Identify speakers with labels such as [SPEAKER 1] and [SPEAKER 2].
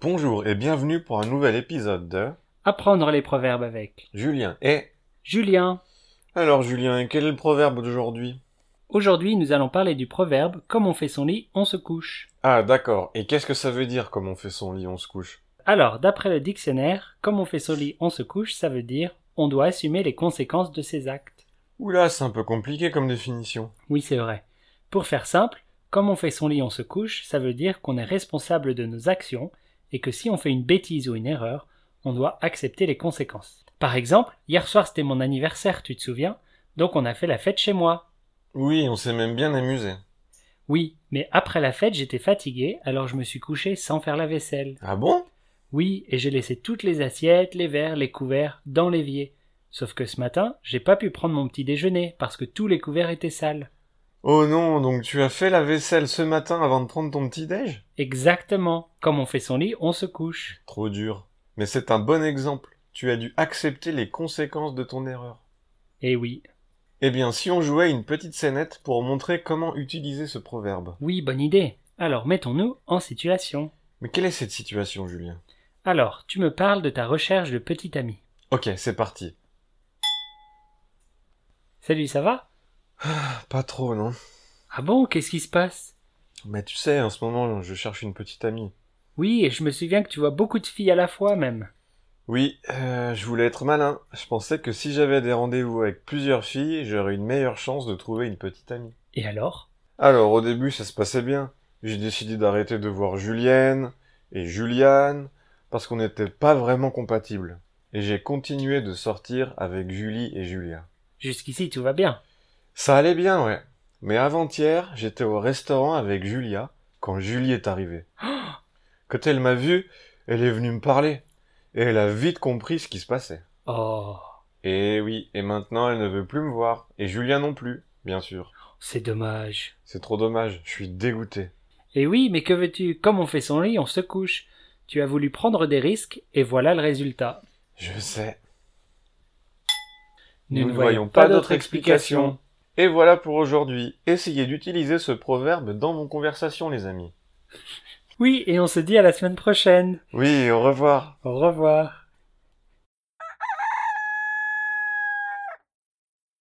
[SPEAKER 1] Bonjour et bienvenue pour un nouvel épisode de
[SPEAKER 2] Apprendre les proverbes avec
[SPEAKER 1] Julien. Et
[SPEAKER 2] Julien.
[SPEAKER 1] alors Julien, quel est le proverbe d'aujourd'hui
[SPEAKER 2] Aujourd'hui, nous allons parler du proverbe Comme on fait son lit, on se couche.
[SPEAKER 1] Ah d'accord, et qu'est-ce que ça veut dire comme on fait son lit, on se couche
[SPEAKER 2] Alors, d'après le dictionnaire, Comme on fait son lit, on se couche, ça veut dire on doit assumer les conséquences de ses actes.
[SPEAKER 1] Oula, c'est un peu compliqué comme définition.
[SPEAKER 2] Oui, c'est vrai. Pour faire simple, Comme on fait son lit, on se couche, ça veut dire qu'on est responsable de nos actions et que si on fait une bêtise ou une erreur, on doit accepter les conséquences. Par exemple, hier soir c'était mon anniversaire, tu te souviens Donc on a fait la fête chez moi.
[SPEAKER 1] Oui, on s'est même bien amusé.
[SPEAKER 2] Oui, mais après la fête, j'étais fatigué, alors je me suis couché sans faire la vaisselle.
[SPEAKER 1] Ah bon
[SPEAKER 2] Oui, et j'ai laissé toutes les assiettes, les verres, les couverts dans l'évier. Sauf que ce matin, j'ai pas pu prendre mon petit déjeuner parce que tous les couverts étaient sales.
[SPEAKER 1] Oh non, donc tu as fait la vaisselle ce matin avant de prendre ton petit déj
[SPEAKER 2] Exactement. Comme on fait son lit, on se couche.
[SPEAKER 1] Trop dur. Mais c'est un bon exemple. Tu as dû accepter les conséquences de ton erreur.
[SPEAKER 2] Eh oui.
[SPEAKER 1] Eh bien, si on jouait une petite scénette pour montrer comment utiliser ce proverbe.
[SPEAKER 2] Oui, bonne idée. Alors mettons-nous en situation.
[SPEAKER 1] Mais quelle est cette situation, Julien
[SPEAKER 2] Alors, tu me parles de ta recherche de petit ami.
[SPEAKER 1] Ok, c'est parti.
[SPEAKER 2] Salut, ça va
[SPEAKER 1] Pas trop, non
[SPEAKER 2] Ah bon, qu'est-ce qui se passe
[SPEAKER 1] Mais tu sais, en ce moment, je cherche une petite amie.
[SPEAKER 2] Oui, et je me souviens que tu vois beaucoup de filles à la fois même.
[SPEAKER 1] Oui, euh, je voulais être malin. Je pensais que si j'avais des rendez-vous avec plusieurs filles, j'aurais une meilleure chance de trouver une petite amie.
[SPEAKER 2] Et alors
[SPEAKER 1] Alors, au début, ça se passait bien. J'ai décidé d'arrêter de voir Julienne et Juliane parce qu'on n'était pas vraiment compatibles. Et j'ai continué de sortir avec Julie et Julia.
[SPEAKER 2] Jusqu'ici, tout va bien.
[SPEAKER 1] Ça allait bien, ouais. Mais avant-hier, j'étais au restaurant avec Julia quand Julie est arrivée. Quand elle m'a vu, elle est venue me parler. Et elle a vite compris ce qui se passait.
[SPEAKER 2] Oh,
[SPEAKER 1] Et oui, et maintenant elle ne veut plus me voir. Et Julia non plus, bien sûr.
[SPEAKER 2] c'est dommage.
[SPEAKER 1] C'est trop dommage, je suis dégoûté.
[SPEAKER 2] Eh oui, mais que veux-tu Comme on fait son lit, on se couche. Tu as voulu prendre des risques, et voilà le résultat.
[SPEAKER 1] Je sais.
[SPEAKER 2] Nous ne voyons pas d'autre explication.
[SPEAKER 1] Et voilà pour aujourd'hui. Essayez d'utiliser ce proverbe dans vos conversations, les amis.
[SPEAKER 2] Oui, et on se dit à la semaine prochaine.
[SPEAKER 1] Oui, au revoir.
[SPEAKER 2] Au revoir.